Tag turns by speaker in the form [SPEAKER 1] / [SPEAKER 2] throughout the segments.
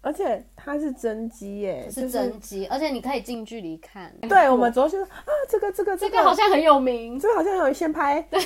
[SPEAKER 1] 而且它是真机耶，就是
[SPEAKER 2] 真机，而且你可以近距离看。
[SPEAKER 1] 对，我们昨天说啊，这个这个
[SPEAKER 2] 这个好像很有名，
[SPEAKER 1] 这个好像有先拍。对。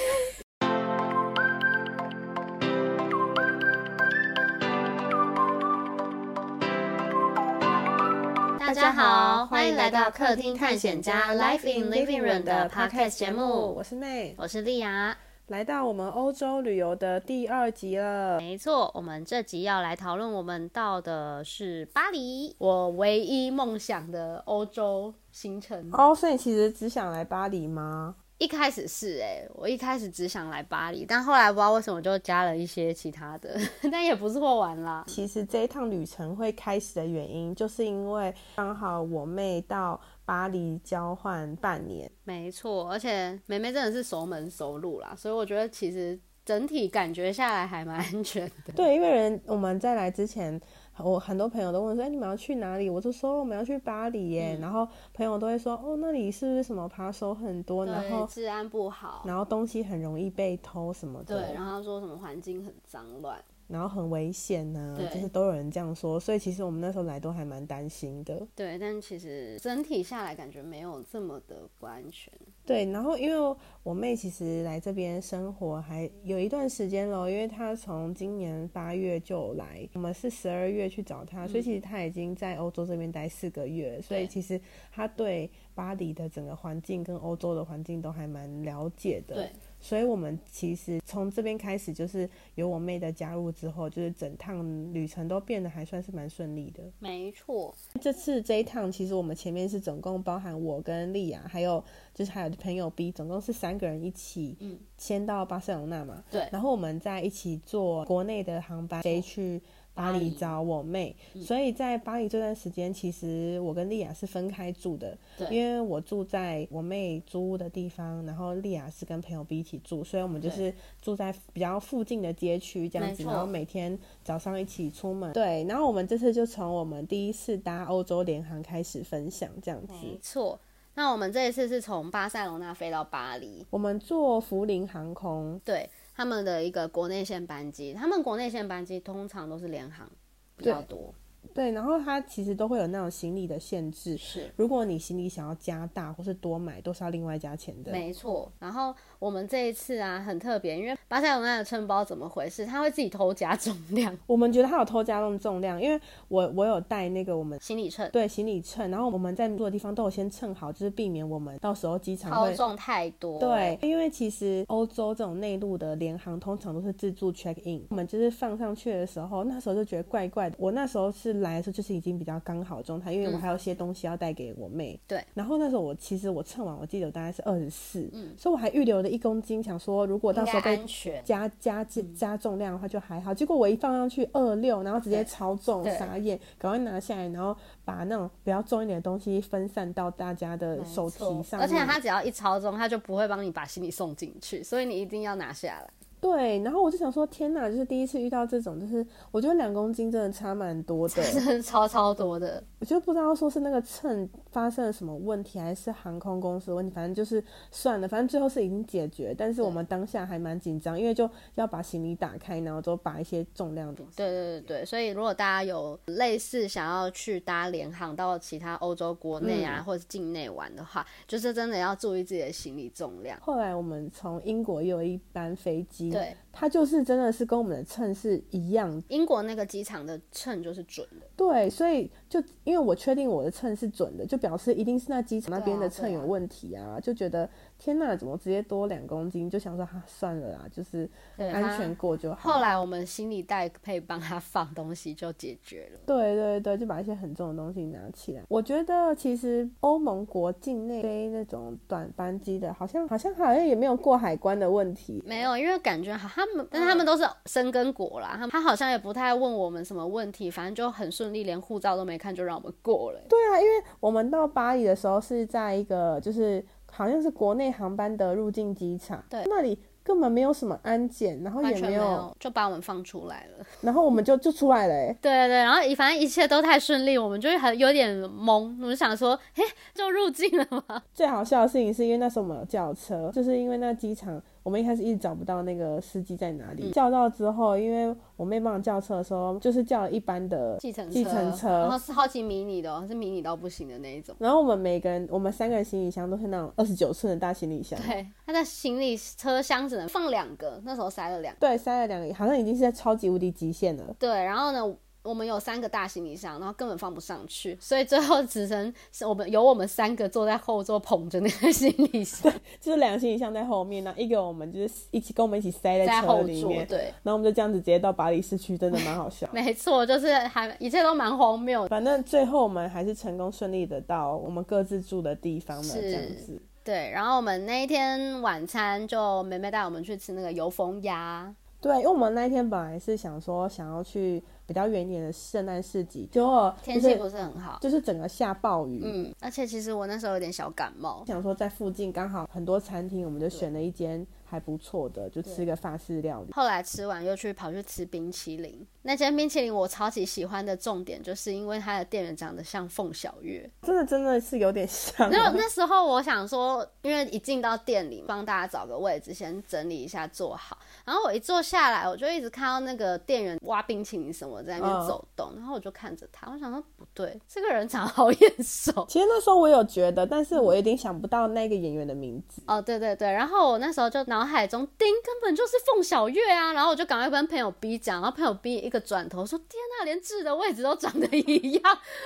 [SPEAKER 2] 大家好，欢迎来到客厅探险家 Life in Living Room 的 podcast 节目，
[SPEAKER 1] 我是妹，
[SPEAKER 2] 我是丽雅。
[SPEAKER 1] 来到我们欧洲旅游的第二集了。
[SPEAKER 2] 没错，我们这集要来讨论，我们到的是巴黎，我唯一梦想的欧洲行程。
[SPEAKER 1] 哦，所以其实只想来巴黎吗？
[SPEAKER 2] 一开始是哎、欸，我一开始只想来巴黎，但后来不知道为什么就加了一些其他的， 但也不错玩啦。
[SPEAKER 1] 其实这一趟旅程会开始的原因，就是因为刚好我妹到。巴黎交换半年，
[SPEAKER 2] 没错，而且梅梅真的是熟门熟路啦，所以我觉得其实整体感觉下来还蛮安全的。
[SPEAKER 1] 对，因为人我们在来之前，我很多朋友都问说：“哎、欸，你们要去哪里？”我就说哦我们要去巴黎耶，嗯、然后朋友都会说：“哦，那里是不是什么扒手很多，然后
[SPEAKER 2] 治安不好，
[SPEAKER 1] 然后东西很容易被偷什么的？”
[SPEAKER 2] 对，然后说什么环境很脏乱。
[SPEAKER 1] 然后很危险呢、啊，就是都有人这样说，所以其实我们那时候来都还蛮担心的。
[SPEAKER 2] 对，但其实整体下来感觉没有这么的不安全。
[SPEAKER 1] 对，然后因为我妹其实来这边生活还有一段时间了，因为她从今年八月就来，我们是十二月去找她，嗯、所以其实她已经在欧洲这边待四个月，所以其实她对巴黎的整个环境跟欧洲的环境都还蛮了解的。
[SPEAKER 2] 对。
[SPEAKER 1] 所以，我们其实从这边开始，就是有我妹的加入之后，就是整趟旅程都变得还算是蛮顺利的。
[SPEAKER 2] 没错，
[SPEAKER 1] 这次这一趟，其实我们前面是总共包含我跟丽雅，还有就是还有朋友 B，总共是三个人一起，嗯，先到巴塞罗那嘛，
[SPEAKER 2] 对，
[SPEAKER 1] 然后我们再一起坐国内的航班飞去。巴黎找我妹，嗯、所以在巴黎这段时间，其实我跟丽雅是分开住的，因为我住在我妹租屋的地方，然后丽雅是跟朋友 B 一起住，所以我们就是住在比较附近的街区这样子，然后每天早上一起出门。对，然后我们这次就从我们第一次搭欧洲联航开始分享这样子。
[SPEAKER 2] 没错。那我们这一次是从巴塞罗那飞到巴黎，
[SPEAKER 1] 我们坐福林航空，
[SPEAKER 2] 对他们的一个国内线班机，他们国内线班机通常都是联航比较多。
[SPEAKER 1] 对，然后它其实都会有那种行李的限制，
[SPEAKER 2] 是
[SPEAKER 1] 如果你行李想要加大或是多买，都是要另外加钱的。
[SPEAKER 2] 没错。然后我们这一次啊很特别，因为巴塞罗那的称包怎么回事？他会自己偷加重量。
[SPEAKER 1] 我们觉得他有偷加重重量，因为我我有带那个我们
[SPEAKER 2] 行李秤，
[SPEAKER 1] 对行李秤，然后我们在住的地方都有先称好，就是避免我们到时候机场
[SPEAKER 2] 超重太多。欸
[SPEAKER 1] 对，因为其实欧洲这种内陆的联航通常都是自助 check in，我们就是放上去的时候，那时候就觉得怪怪的。我那时候是。来的时候就是已经比较刚好状态，因为我还有些东西要带给我妹。
[SPEAKER 2] 对、嗯，
[SPEAKER 1] 然后那时候我其实我称完，我记得我大概是二十四，嗯，所以我还预留了一公斤，想说如果到时候被加加加重量的话就还好。结果我一放上去二六，然后直接超重，傻眼，赶快拿下来，然后把那种比较重一点的东西分散到大家的手提上面。
[SPEAKER 2] 而且它只要一超重，它就不会帮你把行李送进去，所以你一定要拿下来。
[SPEAKER 1] 对，然后我就想说，天哪，就是第一次遇到这种，就是我觉得两公斤真的差蛮多的，
[SPEAKER 2] 真的超超多的。
[SPEAKER 1] 我就不知道说是那个秤发生了什么问题，还是航空公司的问题，反正就是算了，反正最后是已经解决。但是我们当下还蛮紧张，因为就要把行李打开，然后就把一些重量
[SPEAKER 2] 对对对对，所以如果大家有类似想要去搭联航到其他欧洲国内啊，嗯、或者境内玩的话，就是真的要注意自己的行李重量。
[SPEAKER 1] 后来我们从英国又有一班飞机。
[SPEAKER 2] 对，
[SPEAKER 1] 它就是真的是跟我们的秤是一样。
[SPEAKER 2] 英国那个机场的秤就是准的。
[SPEAKER 1] 对，所以就因为我确定我的秤是准的，就表示一定是那机场那边的秤有问题啊，啊啊就觉得天呐，怎么直接多两公斤？就想说哈、啊，算了啦，就是安全过就好。
[SPEAKER 2] 后来我们行李袋可以帮他放东西，就解决了。
[SPEAKER 1] 对对对，就把一些很重的东西拿起来。我觉得其实欧盟国境内飞那种短班机的，好像好像好像也没有过海关的问题。
[SPEAKER 2] 没有，因为感。觉好，他们，但
[SPEAKER 1] 嗯
[SPEAKER 2] 他们都是生根果啦，他他好像也不太问我们什么问题，反正就很顺利，连护照都没看就让我们过了、欸。
[SPEAKER 1] 对啊，因为我们到巴黎的时候是在一个就是好像是国内航班的入境机场，
[SPEAKER 2] 对，
[SPEAKER 1] 那里根本没有什么安检，然后啊也
[SPEAKER 2] 没
[SPEAKER 1] 有
[SPEAKER 2] 就把我们放出来了，
[SPEAKER 1] 然后我们就就出来了、欸。
[SPEAKER 2] 对对对，然后反正一切都太顺利，我们就很有点懵，我就想说，嘿，就入境了吗？
[SPEAKER 1] 最好笑的事情是因为那时候我们有叫车，就是因为那机场。我们一开始一直找不到那个司机在哪
[SPEAKER 2] 嗯
[SPEAKER 1] 里，叫到之后，因为我妹帮我叫车的时候，就是叫了一般的
[SPEAKER 2] 计程
[SPEAKER 1] 计程车，
[SPEAKER 2] 然后是超级迷你的、哦，是迷你到不行的那一种。
[SPEAKER 1] 然后我们每个人，我们三个人行李箱都是那种二十九寸的大行李箱，
[SPEAKER 2] 对，他的行李车厢只能放两个，那时候塞了两，
[SPEAKER 1] 对，塞了两个，好像已经是在超级无敌极限了。
[SPEAKER 2] 对，然后呢？我们有三个大行李箱，然后根本放不上去，所以最后只能是我们有我们三个坐在后座捧着那个行李箱，
[SPEAKER 1] 就是两个行李箱在后面，然后一个我们就是一起跟我们一起塞
[SPEAKER 2] 在
[SPEAKER 1] 车里面，
[SPEAKER 2] 对，
[SPEAKER 1] 然后我们就这样子直接到巴黎市区，真的蛮好 笑。
[SPEAKER 2] 没错，就是还一切都蛮荒谬。
[SPEAKER 1] 反正最后我们还是成功顺利的到我们各自住的地方了，这样子。
[SPEAKER 2] 对，然后我们那一天晚餐就梅梅带我们去吃那个油封鸭。
[SPEAKER 1] 对，因为我们那一天本来是想说想要去比较远一点的圣诞市集，结果、就是、
[SPEAKER 2] 天气不是很好，
[SPEAKER 1] 就是整个下暴雨。
[SPEAKER 2] 嗯，而且其实我那时候有点小感冒，
[SPEAKER 1] 想说在附近刚好很多餐厅，我们就选了一间还不错的，就吃个法式料理。
[SPEAKER 2] 后来吃完又去跑去吃冰淇淋，那间冰淇淋我超级喜欢的重点就是因为它的店员长得像凤小岳，
[SPEAKER 1] 真的真的是有点像、啊。
[SPEAKER 2] 那那时候我想说，因为一进到店里，帮大家找个位置，先整理一下坐好。然后我一坐下来，我就一直看到那个店员挖冰淇淋什么在那边走动，嗯、然后我就看着他，我想说不对，这个人长得好眼熟。
[SPEAKER 1] 其实那时候我有觉得，但是我有点想不到那个演员的名字。
[SPEAKER 2] 哦，对对对，然后我那时候就脑海中叮，根本就是凤小岳啊，然后我就赶快跟朋友 B 讲，然后朋友 B 一个转头说：“天呐，连痣的位置都长得一样。”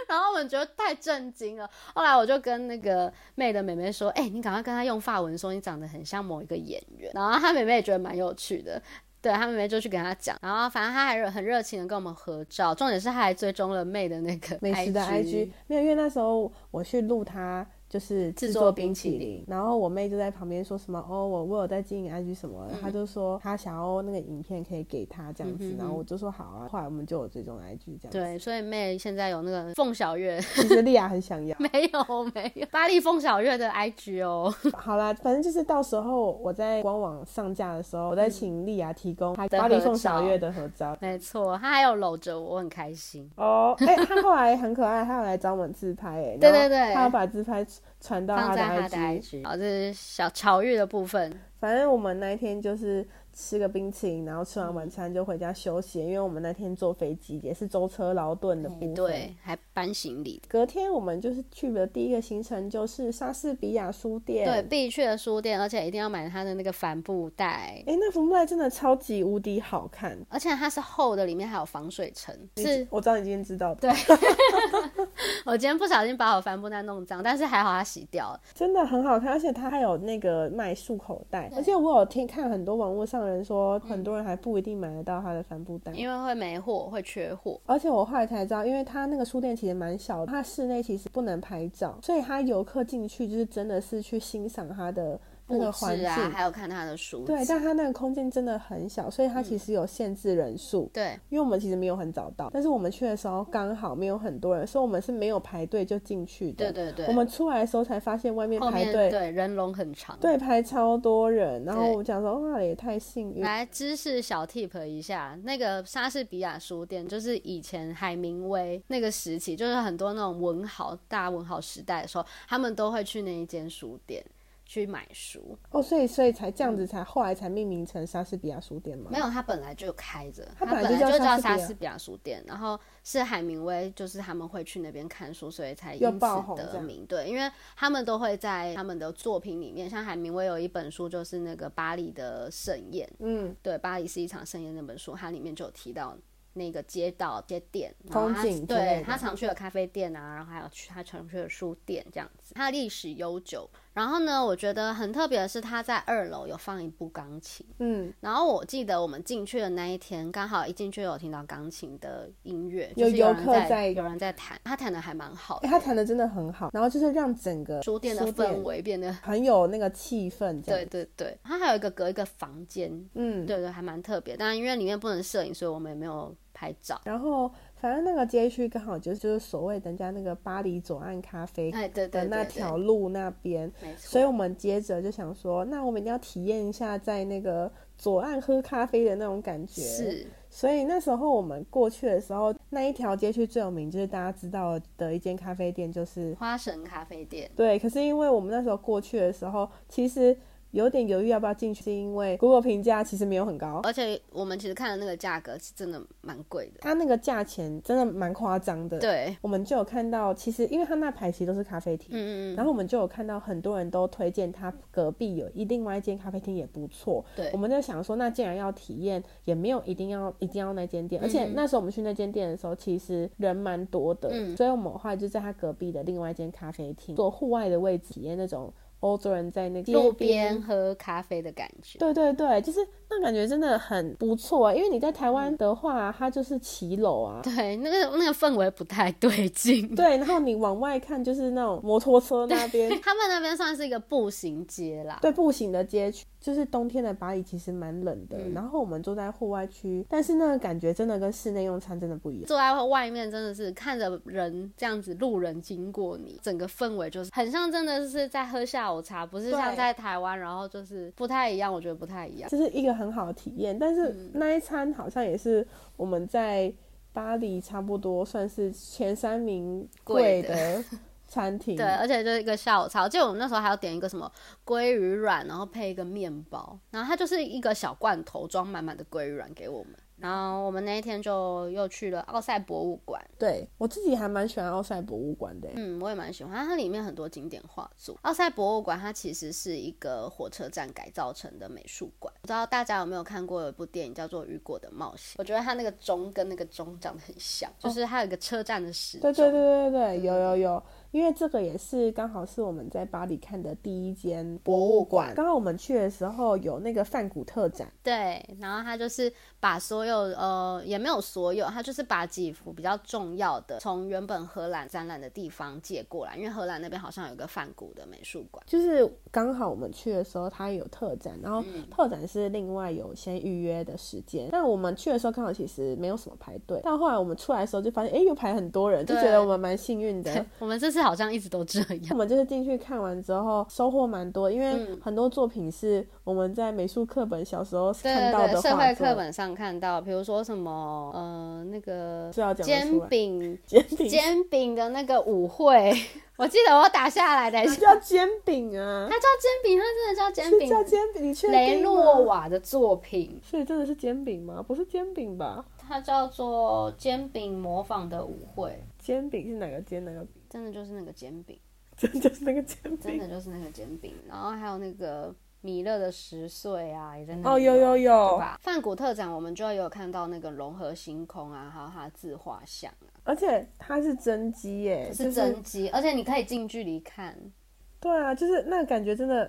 [SPEAKER 2] 然后我们觉得太震惊了。后来我就跟那个妹的妹妹说：“哎、欸，你赶快跟她用法文说你长得很像某一个演员。”然后她妹妹也觉得蛮有趣的。对他妹妹就去跟他讲，然后反正他还很热情的跟我们合照，重点是他还追踪了妹的那个
[SPEAKER 1] 美食的 IG，没有，因为那时候我去录他就是制作哦冰淇淋，淇淋然后我妹就在旁边说什么哦，我我有在经营 IG 什么，嗯、他就说他想要那个影片可以给他这样子，嗯哼嗯然后我就说好啊，后来我们就有追踪 IG 这样子。
[SPEAKER 2] 对，所以妹现在有那个凤小月，
[SPEAKER 1] 其实丽亚很想要，
[SPEAKER 2] 没有没有，巴黎凤小月的 IG 哦。
[SPEAKER 1] 好啦，反正就是到时候我在官网上架的时候，我再请丽亚提供巴黎凤小月的合照。
[SPEAKER 2] 没错，她还有搂着我，我很开心。
[SPEAKER 1] 哦，哎，她后来很可爱，她有来找我们自拍，哎，
[SPEAKER 2] 对对对，
[SPEAKER 1] 她要把自拍。传到
[SPEAKER 2] 他
[SPEAKER 1] 的
[SPEAKER 2] IG，好，这哦是小巧遇的部分。
[SPEAKER 1] 反正我们那一天就是吃个冰淇淋，然后吃完晚餐就回家休息，因为我们那天坐飞机也是舟车劳顿的部分、嗯，
[SPEAKER 2] 哎对，还搬行李。
[SPEAKER 1] 隔天我们就是去的第一个行程就是莎士比亚书店，
[SPEAKER 2] 对，必去的书店，而且一定要买它的那个帆布袋。哎、
[SPEAKER 1] 欸，那帆布袋真的超级无敌好看，
[SPEAKER 2] 而且它是厚的，里面还有防水层。是，
[SPEAKER 1] 我知道你今天知道的。
[SPEAKER 2] 对，我今天不小心把我帆布袋弄脏，但是还好它洗掉了，
[SPEAKER 1] 真的很好看，而且它还有那个卖束口袋。而且我有听看很多网络上人
[SPEAKER 2] 嗯
[SPEAKER 1] 说，很多人还不一定买得到他的帆布袋，
[SPEAKER 2] 因为会没货，会缺货。
[SPEAKER 1] 而且我后来才知道，因为他那个书店其实蛮小的，他室内其实不能拍照，所以他游客进去就是真的是去欣赏他的。那个环境
[SPEAKER 2] 啊，还有看他的书。
[SPEAKER 1] 对，但他那个空间真的很小，所以他
[SPEAKER 2] 嗯
[SPEAKER 1] 其实有限制人数。嗯、
[SPEAKER 2] 对，
[SPEAKER 1] 因为我们其实没有很早到，但是我们去的时候刚好没有很多人，所以我们是没有排队就进去的。
[SPEAKER 2] 对对对。
[SPEAKER 1] 我们出来的时候才发现外面排队，
[SPEAKER 2] 对人龙很长。
[SPEAKER 1] 对，排超多人。然后我讲说，哇，也太幸运。
[SPEAKER 2] 来，知识小 tip 一下，那个莎士比亚书店就是以前海明威那个时期，就是很多那种文豪大文豪时代的时候，他们都会去那一间书店。去买书
[SPEAKER 1] 哦，所以所以才这样子才，才、嗯、后来才命名成莎士比亚书店嘛？
[SPEAKER 2] 没有，它本来就开着，
[SPEAKER 1] 它
[SPEAKER 2] 本
[SPEAKER 1] 来
[SPEAKER 2] 就
[SPEAKER 1] 叫
[SPEAKER 2] 莎
[SPEAKER 1] 士
[SPEAKER 2] 比亚书店。然后是海明威，就是他们会去那边看书，所以才
[SPEAKER 1] 又
[SPEAKER 2] 因此得名。对，因为他们都会在他们的作品里面，像海明威有一本书就是那个巴黎的盛宴，
[SPEAKER 1] 嗯，
[SPEAKER 2] 对，巴黎是一场盛宴那本书，它里面就有提到。那个街道、街店，
[SPEAKER 1] 风景，
[SPEAKER 2] 对他常去的咖啡店啊，然后还有去他常去的书店这样子。它历史悠久，然后呢，我觉得很特别的是，他在二楼有放一部钢琴，
[SPEAKER 1] 嗯，
[SPEAKER 2] 然后我记得我们进去的那一天，刚好一进去有听到钢琴的音乐，
[SPEAKER 1] 有
[SPEAKER 2] 游
[SPEAKER 1] 客
[SPEAKER 2] 在，有人在弹，他弹的还蛮好 的、
[SPEAKER 1] 欸，他弹的真的很好，然后就是让整个
[SPEAKER 2] 书店的氛围变得
[SPEAKER 1] 很有那个气氛，
[SPEAKER 2] 对对对，它还有一个隔一个房间，
[SPEAKER 1] 嗯，
[SPEAKER 2] 对对，还蛮特别，但因为里面不能摄影，所以我们也没有。拍照，
[SPEAKER 1] 然后反正那个街区刚好就是就是所谓人家那个巴黎左岸咖啡
[SPEAKER 2] 哎
[SPEAKER 1] 的那条路那边，
[SPEAKER 2] 哎、对对对
[SPEAKER 1] 所以我们接着就想说，那我们一定要体验一下在那个左岸喝咖啡的那种感觉。
[SPEAKER 2] 是，
[SPEAKER 1] 所以那时候我们过去的时候，那一条街区最有名就是大家知道的一间咖啡店，就是
[SPEAKER 2] 花神咖啡店。
[SPEAKER 1] 对，可是因为我们那时候过去的时候，其实。有点犹豫要不要进去，是因为 Google 评价其实没有很高，
[SPEAKER 2] 而且我们其实看的那个价格是真的蛮贵的。
[SPEAKER 1] 它那个价钱真的蛮夸张的。
[SPEAKER 2] 对，
[SPEAKER 1] 我们就有看到，其实因为它那排其实都是咖啡厅，
[SPEAKER 2] 嗯嗯嗯，
[SPEAKER 1] 然后我们就有看到很多人都推荐它隔壁有一另外一间咖啡厅也不错。
[SPEAKER 2] 对
[SPEAKER 1] 我们就想说，那既然要体验，也没有一定要一定要那间
[SPEAKER 2] 嗯
[SPEAKER 1] 店，而且那时候我们去那间店的时候，其实人蛮多的，
[SPEAKER 2] 嗯
[SPEAKER 1] 所以我们后来就在它隔壁的另外一间咖啡厅做户外的位置，体验那种欧洲人在那个
[SPEAKER 2] 路
[SPEAKER 1] 街边
[SPEAKER 2] 边喝咖啡的感觉。
[SPEAKER 1] 对对对，就是那感觉真的很不错、因为你在台湾的话，它就是骑楼啊，
[SPEAKER 2] 对，那个那个氛围不太对劲。
[SPEAKER 1] 对，然后你往外看就是那种摩托车那边，
[SPEAKER 2] 他们那边算是一个步行街啦。
[SPEAKER 1] 对步行的街区，就是冬天的巴黎其实蛮冷的。
[SPEAKER 2] 嗯
[SPEAKER 1] 然后我们坐在户外区，但是那个感觉真的跟室内用餐真的不一样。
[SPEAKER 2] 坐在外面真的是看着人这样子，路人经过你，整个氛围就是很像真的是在喝下午茶，不是
[SPEAKER 1] 对
[SPEAKER 2] 像在台湾，然后就是不太一样，我觉得不太一样。
[SPEAKER 1] 这是一个很好的体验，但是
[SPEAKER 2] 嗯
[SPEAKER 1] 那一餐好像也是我们在巴黎差不多算是前三名贵
[SPEAKER 2] 贵的
[SPEAKER 1] 的餐厅。
[SPEAKER 2] 对，而且就是一个下午茶，我记得我们那时候还要点一个什么鲑鱼卵，然后配一个面包，然后它就是一个小罐头装满满的鲑鱼卵给我们。然后我们那一天就又去了奥赛博物馆，
[SPEAKER 1] 对我自己还蛮喜欢奥赛博物馆的、
[SPEAKER 2] 嗯，我也蛮喜欢它，它里面很多经典画作。奥赛博物馆它其实是一个火车站改造成的美术馆，不知道大家有没有看过有一部电影叫做《雨果的冒险》？我觉得它那个钟跟那个钟长得很像，就是它有一个车站的时钟。
[SPEAKER 1] 对对对对
[SPEAKER 2] 嗯
[SPEAKER 1] 对，有有有，因为这个也是刚好是我们在巴黎看的第一间博物馆。
[SPEAKER 2] 嗯
[SPEAKER 1] 刚好我们去的时候有那个梵谷特展，
[SPEAKER 2] 对，然后他就是把所有呃也没有所有，他就是把几幅比较重要的从原本荷兰展览的地方借过来，因为荷兰那边好像有一个梵谷的美术馆。
[SPEAKER 1] 就是刚好我们去的时候它有特展，然后
[SPEAKER 2] 嗯
[SPEAKER 1] 特展是另外有先预约的时间。但我们去的时候刚好其实没有什么排队，但后来我们出来的时候就发现，哎，又排很多人，就觉
[SPEAKER 2] 对
[SPEAKER 1] 得我们蛮幸运的。
[SPEAKER 2] 我们这次好像一直都这样
[SPEAKER 1] 我。们就是进去看完之后收获蛮多，因为
[SPEAKER 2] 嗯
[SPEAKER 1] 很多作品是我们在美术课本小时候
[SPEAKER 2] 对
[SPEAKER 1] 看到的
[SPEAKER 2] 对对，社
[SPEAKER 1] 画
[SPEAKER 2] 会
[SPEAKER 1] 作，
[SPEAKER 2] 课本上看到，比如说什么呃那个
[SPEAKER 1] 是要讲得出
[SPEAKER 2] 煎
[SPEAKER 1] 来。
[SPEAKER 2] 饼
[SPEAKER 1] 煎饼
[SPEAKER 2] 煎饼的那个舞会， 我记得我打 下来的，它叫
[SPEAKER 1] 它叫煎饼啊，
[SPEAKER 2] 煎饼，它真的叫煎
[SPEAKER 1] 是
[SPEAKER 2] 饼。
[SPEAKER 1] 叫煎饼，你确
[SPEAKER 2] 雷
[SPEAKER 1] 定
[SPEAKER 2] 诺
[SPEAKER 1] 吗？
[SPEAKER 2] 瓦的作品，
[SPEAKER 1] 所以真的是煎饼吗？不是煎饼吧？
[SPEAKER 2] 它叫做《煎饼模仿的舞会
[SPEAKER 1] 煎饼是哪个煎哪个饼？》，
[SPEAKER 2] 真的就是那个煎饼，
[SPEAKER 1] 真的就是那个煎
[SPEAKER 2] 真
[SPEAKER 1] 饼。
[SPEAKER 2] 的就是那个煎饼。然后还有那个米勒的十岁啊，也在那
[SPEAKER 1] 哦，
[SPEAKER 2] 里
[SPEAKER 1] 有有
[SPEAKER 2] 对
[SPEAKER 1] 有，
[SPEAKER 2] 吧？梵谷特展我们就有看到那个融合星空啊，还有他的自画像啊。
[SPEAKER 1] 而且它是真鸡耶，就是
[SPEAKER 2] 真机，而且你可以近距离看。
[SPEAKER 1] 对啊，就是那感觉真的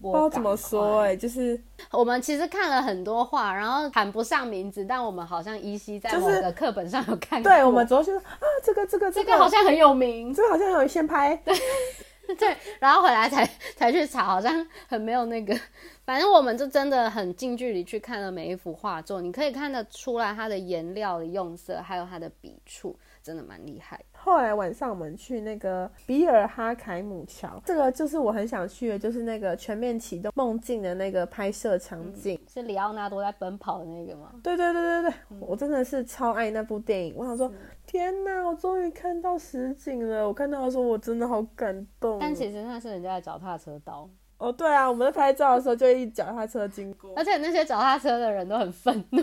[SPEAKER 2] 不
[SPEAKER 1] 不知道怎么说哎，就是
[SPEAKER 2] 我们其实看了很多画，然后喊不上名字，但我们好像依稀在
[SPEAKER 1] 就是
[SPEAKER 2] 某个课本上有看过。
[SPEAKER 1] 哎对我们主要就是啊，这个这个
[SPEAKER 2] 这
[SPEAKER 1] 这
[SPEAKER 2] 个好像很有名，
[SPEAKER 1] 这个好像有先拍，
[SPEAKER 2] 对，然后回来才才去查，好像很没有那个。 反正我们就真的很近距离去看了每一幅画作，你可以看得出来它的颜料的用色，还有它的笔触，真的蛮厉害的。
[SPEAKER 1] 后来晚上我们去那个比尔哈凯姆桥，这个就是我很想去的，就是那个全面启动梦境的那个拍摄场景。
[SPEAKER 2] 是里奥纳多在奔跑的那个吗？
[SPEAKER 1] 对对对对对，我真的是超爱那部电影。我想说，天哪，我终于看到实景了！我看到的时候，我真的好感动哦。
[SPEAKER 2] 但其实那是人家的脚踏车道，
[SPEAKER 1] 哦，对啊，我们在拍照的时候就一脚踏车经过。
[SPEAKER 2] 而且那些脚踏车的人都很愤怒，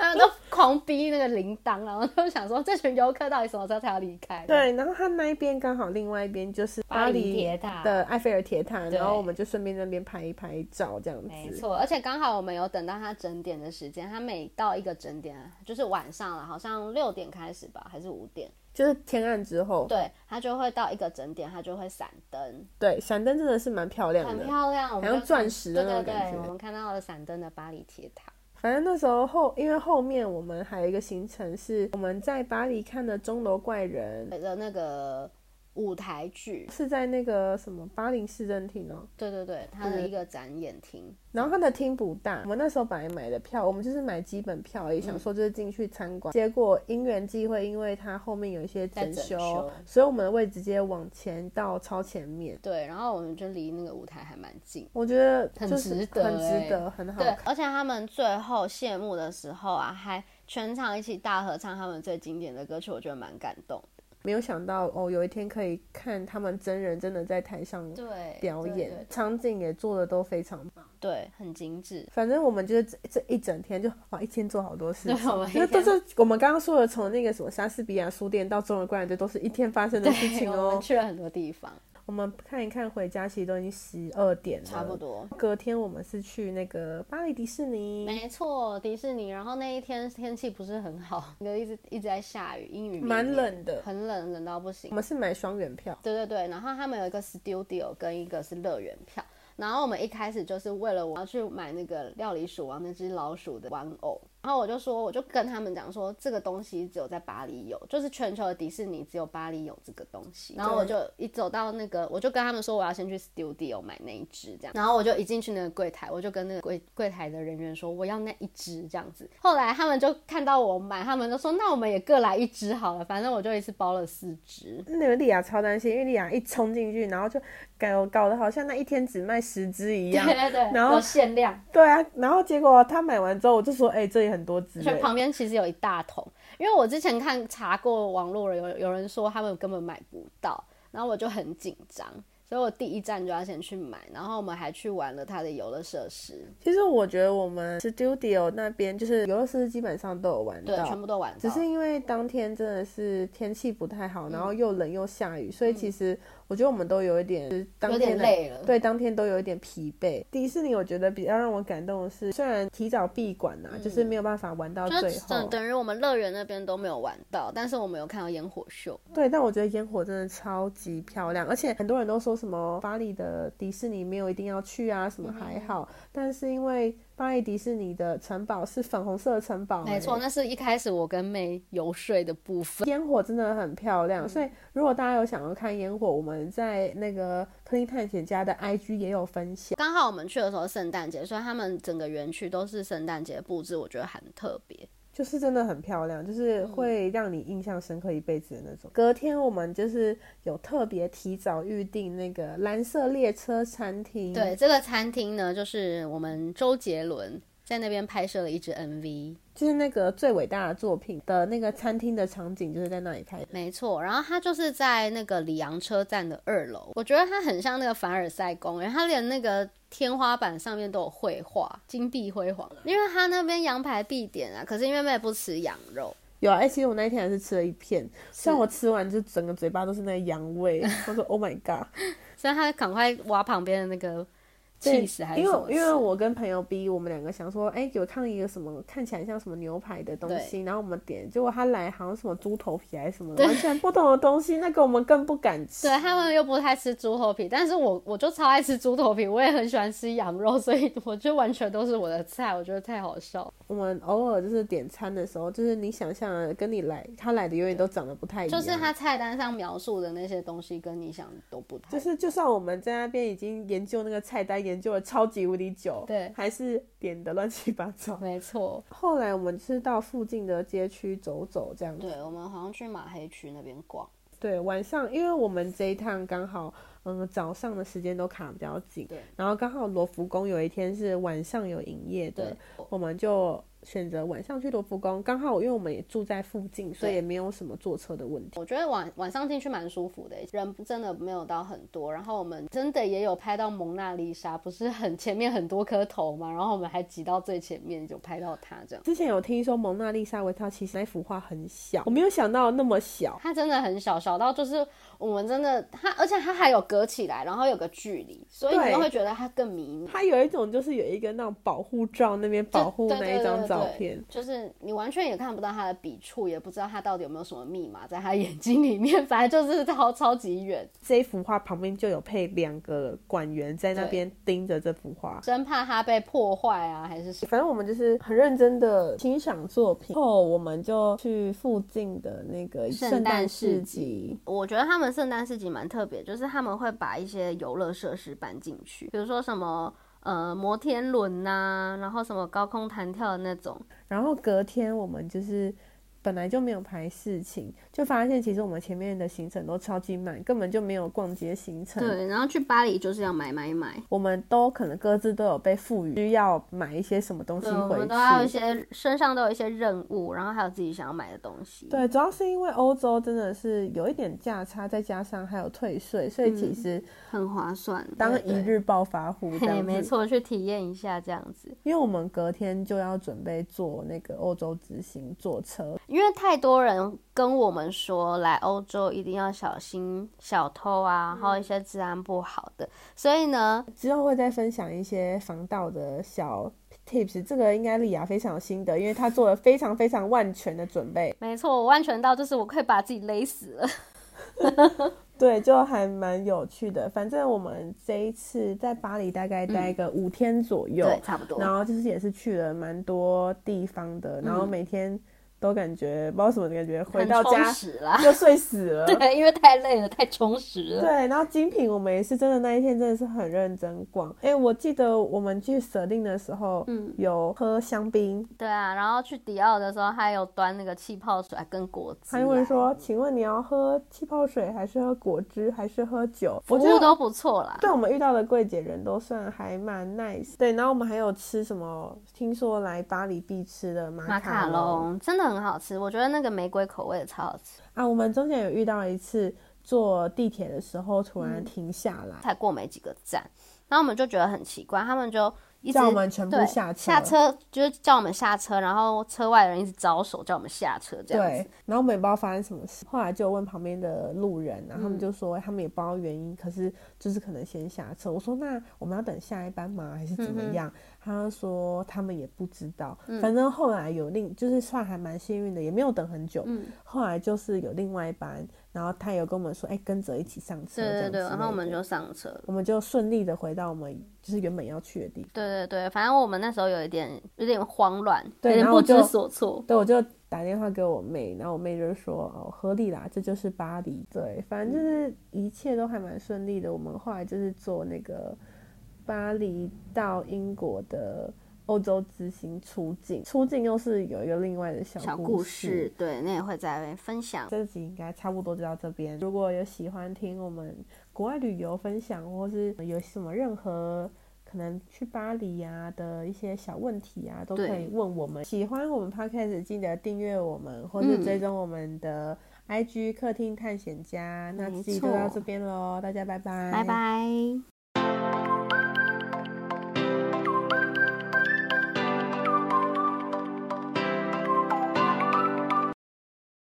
[SPEAKER 2] 他们都狂逼那个铃铛，然后就想说这群游客到底什么时候才要离开？，
[SPEAKER 1] 对，然后它那一边刚好另外一边就是
[SPEAKER 2] 巴黎
[SPEAKER 1] 黎
[SPEAKER 2] 铁塔
[SPEAKER 1] 的埃菲尔铁塔，
[SPEAKER 2] 对
[SPEAKER 1] 然后我们就顺便在那边拍一拍照这样
[SPEAKER 2] 没
[SPEAKER 1] 子。
[SPEAKER 2] 错，而且刚好我们有等到它整点的时间，它每到一个整点啊就是晚上了，好像六点开始吧，还是五点？
[SPEAKER 1] 就是天暗之后，
[SPEAKER 2] 对，它就会到一个整点，它就会闪灯，
[SPEAKER 1] 对，闪灯真的是蛮漂亮
[SPEAKER 2] 很
[SPEAKER 1] 的。
[SPEAKER 2] 漂亮，我们
[SPEAKER 1] 好像
[SPEAKER 2] 就
[SPEAKER 1] 钻石的那种
[SPEAKER 2] 对对
[SPEAKER 1] 感
[SPEAKER 2] 对，
[SPEAKER 1] 觉
[SPEAKER 2] 我们看到了闪灯的巴黎铁塔。
[SPEAKER 1] 反正那时候后，因为后面我们还有一个行程是我们在巴黎看的《钟楼怪人》，
[SPEAKER 2] 的那个舞台剧，
[SPEAKER 1] 是在那个什么巴黎市政厅哦。
[SPEAKER 2] 对对对，它的一个展演厅，
[SPEAKER 1] 然后它的厅不大，我们那时候本来买的票，我们就是买基本票，
[SPEAKER 2] 嗯
[SPEAKER 1] 也想说就是进去参观。结果因缘际会，因为它后面有一些整
[SPEAKER 2] 在
[SPEAKER 1] 修，
[SPEAKER 2] 整修
[SPEAKER 1] 所以我们的位置直接往前到超前面。
[SPEAKER 2] 对，然后我们就离那个舞台还蛮近。
[SPEAKER 1] 我觉得
[SPEAKER 2] 很
[SPEAKER 1] 就是
[SPEAKER 2] 值得
[SPEAKER 1] 很值
[SPEAKER 2] 欸
[SPEAKER 1] 得，很好
[SPEAKER 2] 对
[SPEAKER 1] 看。，
[SPEAKER 2] 而且他们最后谢幕的时候啊，还全场一起大合唱他们最经典的歌曲，我觉得蛮感动的。
[SPEAKER 1] 没有想到哦，有一天可以看他们真人真的在台上
[SPEAKER 2] 对，
[SPEAKER 1] 表
[SPEAKER 2] 对
[SPEAKER 1] 演，场景也做的都非常棒。
[SPEAKER 2] 对对，很精致。
[SPEAKER 1] 反正我们就是这这一整天就哇，一天做好多事
[SPEAKER 2] 对，
[SPEAKER 1] 情。
[SPEAKER 2] 我们
[SPEAKER 1] 那
[SPEAKER 2] 一
[SPEAKER 1] 都
[SPEAKER 2] 天
[SPEAKER 1] 是我们刚刚说的，从那个什么莎士比亚书店到中文观览队，都是一天发生的事
[SPEAKER 2] 对，
[SPEAKER 1] 情
[SPEAKER 2] 我们
[SPEAKER 1] 哦。
[SPEAKER 2] 去了很多地方，
[SPEAKER 1] 我们看一看，回家其实都已经十二点了，
[SPEAKER 2] 差不。多。
[SPEAKER 1] 隔天我们是去那个巴黎迪士尼，
[SPEAKER 2] 没错，迪士尼。然后那一天天气不是很好， 就一直一直在下雨，阴雨绵
[SPEAKER 1] 蛮
[SPEAKER 2] 绵，
[SPEAKER 1] 冷的。
[SPEAKER 2] 很冷，冷到不行
[SPEAKER 1] 我。们是买双元票，
[SPEAKER 2] 对对对，然后他们有一个 studio 跟一个是乐园票。然后我们一开始就是为了我要去买那个料理鼠王那只老鼠的玩偶，然后我就说，我就跟他们讲说，这个东西只有在巴黎有，就是全球的迪士尼只有巴黎有这个东西。然后我就一走到那个，我就跟他们说我要先去 studio 买那一只这样，然后我就一进去那个柜台，我就跟那个柜柜台的人员说我要那一只这样子。后来他们就看到我买，他们就说那我们也各来一只好了，反正我就一次包了四只。
[SPEAKER 1] 那个莉亚超担心，因为莉亚一冲进去，然后就搞搞得好像那一天只卖十只一样。
[SPEAKER 2] 对对对，
[SPEAKER 1] 然后
[SPEAKER 2] 有限量，
[SPEAKER 1] 对啊，然后结果她买完之后，我就说，哎、这里很多只、
[SPEAKER 2] 所以
[SPEAKER 1] 欸。
[SPEAKER 2] 旁边其实有一大桶。因为我之前看查过网络有有人说他们根本买不到，然后我就很紧张，所以我第一站就要先去买，然后我们还去玩了它的游乐设施，
[SPEAKER 1] 其实我觉得我们 studio 那边就是游乐设施基本上都有玩
[SPEAKER 2] 对，全
[SPEAKER 1] 到，
[SPEAKER 2] 部都玩
[SPEAKER 1] 只
[SPEAKER 2] 到。
[SPEAKER 1] 是因为当天真的是天气不太好，
[SPEAKER 2] 嗯
[SPEAKER 1] 然后又冷又下雨，所以其实我觉得我们都有一点，就是当
[SPEAKER 2] 有
[SPEAKER 1] 天
[SPEAKER 2] 点
[SPEAKER 1] 的
[SPEAKER 2] 累了，
[SPEAKER 1] 对，当天都有一点疲惫。迪士尼我觉得比较让我感动的是，虽然提早闭馆呐、就是没有办法玩到
[SPEAKER 2] 就
[SPEAKER 1] 最
[SPEAKER 2] 嗯是
[SPEAKER 1] 后
[SPEAKER 2] 等，等于我们乐园那边都没有玩到，但是我们有看到烟火秀，
[SPEAKER 1] 对，但我觉得烟火真的超级漂亮，而且很多人都说什么巴黎的迪士尼没有一定要去啊，
[SPEAKER 2] 嗯
[SPEAKER 1] 什么还好，但是因为巴黎迪士尼的城堡是粉红色的城堡、
[SPEAKER 2] 没错，
[SPEAKER 1] 欸
[SPEAKER 2] 那是一开始我跟妹游说的部分。
[SPEAKER 1] 烟火真的很漂亮，所
[SPEAKER 2] 嗯
[SPEAKER 1] 以如果大家有想要看烟火，我们在那个科林探险家的 IG 也有分享。
[SPEAKER 2] 刚好我们去的时候是圣诞节，所以他们整个园区都是圣诞节布置，我觉得很特别。
[SPEAKER 1] 就是真的很漂亮，就是会让你印象深刻一辈子的那种。隔天我们就是有特别提早预定那个蓝色列车餐厅，
[SPEAKER 2] 对，，这个餐厅呢，就是我们周杰伦在那边拍摄了一支 MV，
[SPEAKER 1] 就是那个最伟大的作品的那个餐厅的场景，就是在那里拍的。
[SPEAKER 2] 没错。然后它就是在那个里昂车站的二楼，我觉得它很像那个凡尔赛宫，然后它连那个天花板上面都有绘画，金碧辉煌。因为它那边羊排必点啊，可是因为妹不吃羊肉，
[SPEAKER 1] 有啊，哎、其实我那一天还是吃了一片，虽然我吃完就整个嘴巴都是那个羊味，我说 Oh my god！
[SPEAKER 2] 所以她赶快挖旁边的那个
[SPEAKER 1] 对
[SPEAKER 2] 气死还是
[SPEAKER 1] 因
[SPEAKER 2] 什么
[SPEAKER 1] 为因为
[SPEAKER 2] 吃
[SPEAKER 1] 我跟朋友逼我们两个想说，哎、有看一个什么看起来像什么牛排的东西，然后我们点，结果他来好像什么猪头皮还是什么，完全不同的东西，那个我们更不敢吃。
[SPEAKER 2] 对他们又不太吃猪头皮，但是我我就超爱吃猪头皮，我也很喜欢吃羊肉，所以我就完全都是我的菜，我觉得太好笑了。
[SPEAKER 1] 我们偶尔就是点餐的时候，就是你想象的跟你来他来的永远都长得不太一样。
[SPEAKER 2] 就是他菜单上描述的那些东西跟你想的都不太，
[SPEAKER 1] 就是就算我们在那边已经研究那个菜单，研究了超级无敌久，
[SPEAKER 2] 对
[SPEAKER 1] 还是点的乱七八糟。
[SPEAKER 2] 没错。
[SPEAKER 1] 后来我们是到附近的街区走走，这样子。
[SPEAKER 2] 对，我们好像去马黑区那边逛，
[SPEAKER 1] 对，晚上因为我们这一趟刚好，嗯，早上的时间都卡比较紧
[SPEAKER 2] 对，
[SPEAKER 1] 然后刚好罗浮宫有一天是晚上有营业的
[SPEAKER 2] 对，
[SPEAKER 1] 我们就选择晚上去罗浮宫。刚好因为我们也住在附近，所以
[SPEAKER 2] 对
[SPEAKER 1] 也没有什么坐车的问题。
[SPEAKER 2] 我觉得晚晚上进去蛮舒服的，人真的没有到很多，然后我们真的也有拍到蒙娜丽莎，不是很前面很多颗头嘛，然后我们还挤到最前面就拍到她这样，
[SPEAKER 1] 之前有听说蒙娜丽莎维她其实那幅画很小，我没有想到那么小。
[SPEAKER 2] 它真的很小，小到就是我们真的它，而且它还有隔起来，然后有个距离，所以
[SPEAKER 1] 对
[SPEAKER 2] 你就会觉得它更迷你。
[SPEAKER 1] 它有一种就是有一个那种保护罩，那边保护
[SPEAKER 2] 对
[SPEAKER 1] 那一张照
[SPEAKER 2] 对对对
[SPEAKER 1] 片
[SPEAKER 2] 对，就是你完全也看不到他的笔触，也不知道他到底有没有什么密码在他眼睛里面， 反正就是超超级远，
[SPEAKER 1] 这幅画旁边就有配两个管员在那
[SPEAKER 2] 对
[SPEAKER 1] 边盯着这幅画。
[SPEAKER 2] 生怕他被破坏啊，还是什么。
[SPEAKER 1] 反正我们就是很认真的欣赏作品，后我们就去附近的那个
[SPEAKER 2] 圣
[SPEAKER 1] 圣诞
[SPEAKER 2] 诞
[SPEAKER 1] 市
[SPEAKER 2] 市
[SPEAKER 1] 集。
[SPEAKER 2] 我觉得他们圣诞市集蛮特别，就是他们会把一些游乐设施搬进去，比如说什么呃摩天 啊轮呐、然后什么高空弹跳的那种，
[SPEAKER 1] 然后隔天我们就是。本来就没有排事情，就发现其实我们前面的行程都超级满，根本就没有逛街行程。
[SPEAKER 2] 对，然后去巴黎就是要买买买，
[SPEAKER 1] 我们都可能各自都有被赋予需要买一些什么东西
[SPEAKER 2] 对，我
[SPEAKER 1] 回
[SPEAKER 2] 们都要有一
[SPEAKER 1] 去。
[SPEAKER 2] 些身上都有一些任务，然后还有自己想要买的东西。
[SPEAKER 1] 对，主要是因为欧洲真的是有一点价差，再加上还有退税，所以其实
[SPEAKER 2] 很划算。
[SPEAKER 1] 当
[SPEAKER 2] 嗯对
[SPEAKER 1] 一，日暴发户这
[SPEAKER 2] 对嘿，
[SPEAKER 1] 样
[SPEAKER 2] 没
[SPEAKER 1] 子，
[SPEAKER 2] 错，去体验一下这样子，
[SPEAKER 1] 因为我们隔天就要准备坐那个欧洲之行，坐车，
[SPEAKER 2] 因为太多人跟我们说来欧洲一定要小心小偷
[SPEAKER 1] 嗯
[SPEAKER 2] 啊，还有一些治安不好的，所以呢，
[SPEAKER 1] 之后会再分享一些防盗的小 tips，这个应该丽雅非常有心得，因为她做了非常非常万全的准备。
[SPEAKER 2] 没错，我完全到就是我快把自己勒死了。
[SPEAKER 1] 对，就还蛮有趣的。反正我们这一次在巴黎大概待个五天左右，
[SPEAKER 2] 对，差不多。
[SPEAKER 1] 然后就是也是去了蛮多地方的，然后每天都感觉不知道什么感觉，回
[SPEAKER 2] 很
[SPEAKER 1] 到
[SPEAKER 2] 充
[SPEAKER 1] 家
[SPEAKER 2] 实啦，
[SPEAKER 1] 就睡死 了。
[SPEAKER 2] 对，因为太累了，太充实了。
[SPEAKER 1] 对，然后精品我们也是真的那一天真的是很认真逛。哎，我记得我们去舍定的时候，
[SPEAKER 2] 嗯
[SPEAKER 1] 有喝香槟，
[SPEAKER 2] 对啊，然后去迪奥的时候，他有端那个气泡水啊跟果汁
[SPEAKER 1] 他
[SPEAKER 2] 来，
[SPEAKER 1] 就问说：“请问你要喝气泡水，还是喝果汁，还是喝酒？”
[SPEAKER 2] 服
[SPEAKER 1] 我觉
[SPEAKER 2] 务
[SPEAKER 1] 得
[SPEAKER 2] 都不错啦。
[SPEAKER 1] 对我们遇到的柜姐人都算还蛮 nice。对，然后我们还有吃什么？听说来巴黎必吃的
[SPEAKER 2] 马
[SPEAKER 1] 马
[SPEAKER 2] 卡
[SPEAKER 1] 卡
[SPEAKER 2] 龙真的很好吃，我觉得那个玫瑰口味的超好吃。
[SPEAKER 1] 啊！我们中间有遇到一次坐地铁的时候突
[SPEAKER 2] 嗯
[SPEAKER 1] 然停下来，
[SPEAKER 2] 才过没几个站，然后我们就觉得很奇怪，他们就一直
[SPEAKER 1] 叫我们全部
[SPEAKER 2] 对
[SPEAKER 1] 下车。
[SPEAKER 2] 下车，就是叫我们下车，然后车外的人一直招手叫我们下车这样
[SPEAKER 1] 对
[SPEAKER 2] 子。，
[SPEAKER 1] 然后我们也不知道发生什么事，后来就问旁边的路人，然后他们就说、哎他们也不知道原因，可是就是可能先下车。我说那我们要等下一班吗？还是怎么
[SPEAKER 2] 嗯
[SPEAKER 1] 样？他就说他们也不知道，反正后来有另就是算还蛮幸运的，也没有等很久。
[SPEAKER 2] 嗯
[SPEAKER 1] 后来就是有另外一班，然后他有跟我们说，哎、跟着一起上车，
[SPEAKER 2] 对
[SPEAKER 1] 这
[SPEAKER 2] 对
[SPEAKER 1] 样
[SPEAKER 2] 对，
[SPEAKER 1] 之类
[SPEAKER 2] 然后我们
[SPEAKER 1] 的
[SPEAKER 2] 就上车了。
[SPEAKER 1] 我们就顺利的回到我们就是原本要去的地方。
[SPEAKER 2] 对对对，反正我们那时候有一点有点慌乱，有
[SPEAKER 1] 对
[SPEAKER 2] 点
[SPEAKER 1] 然后
[SPEAKER 2] 不
[SPEAKER 1] 我
[SPEAKER 2] 知
[SPEAKER 1] 就
[SPEAKER 2] 所措。
[SPEAKER 1] 对，我就打电话给我妹，然后我妹就说：“哦，合理啦，这就是巴黎。”对，反正就是一切都还蛮顺利的。我们后来就是坐那个巴黎到英国的欧洲之行出境，出境又是有一个另外的小
[SPEAKER 2] 小
[SPEAKER 1] 故
[SPEAKER 2] 故事，对，那也会在那边分享。
[SPEAKER 1] 这集应该差不多就到这边。如果有喜欢听我们国外旅游分享，或是有什么任何可能去巴黎啊的一些小问题啊，都
[SPEAKER 2] 对
[SPEAKER 1] 可以问我们。喜欢我们 podcast，记得订阅我们，或是
[SPEAKER 2] 嗯
[SPEAKER 1] 追踪我们的 IG 客厅探险家。那
[SPEAKER 2] 没
[SPEAKER 1] 这集就到
[SPEAKER 2] 错
[SPEAKER 1] 这边喽，大家拜拜，
[SPEAKER 2] 拜拜。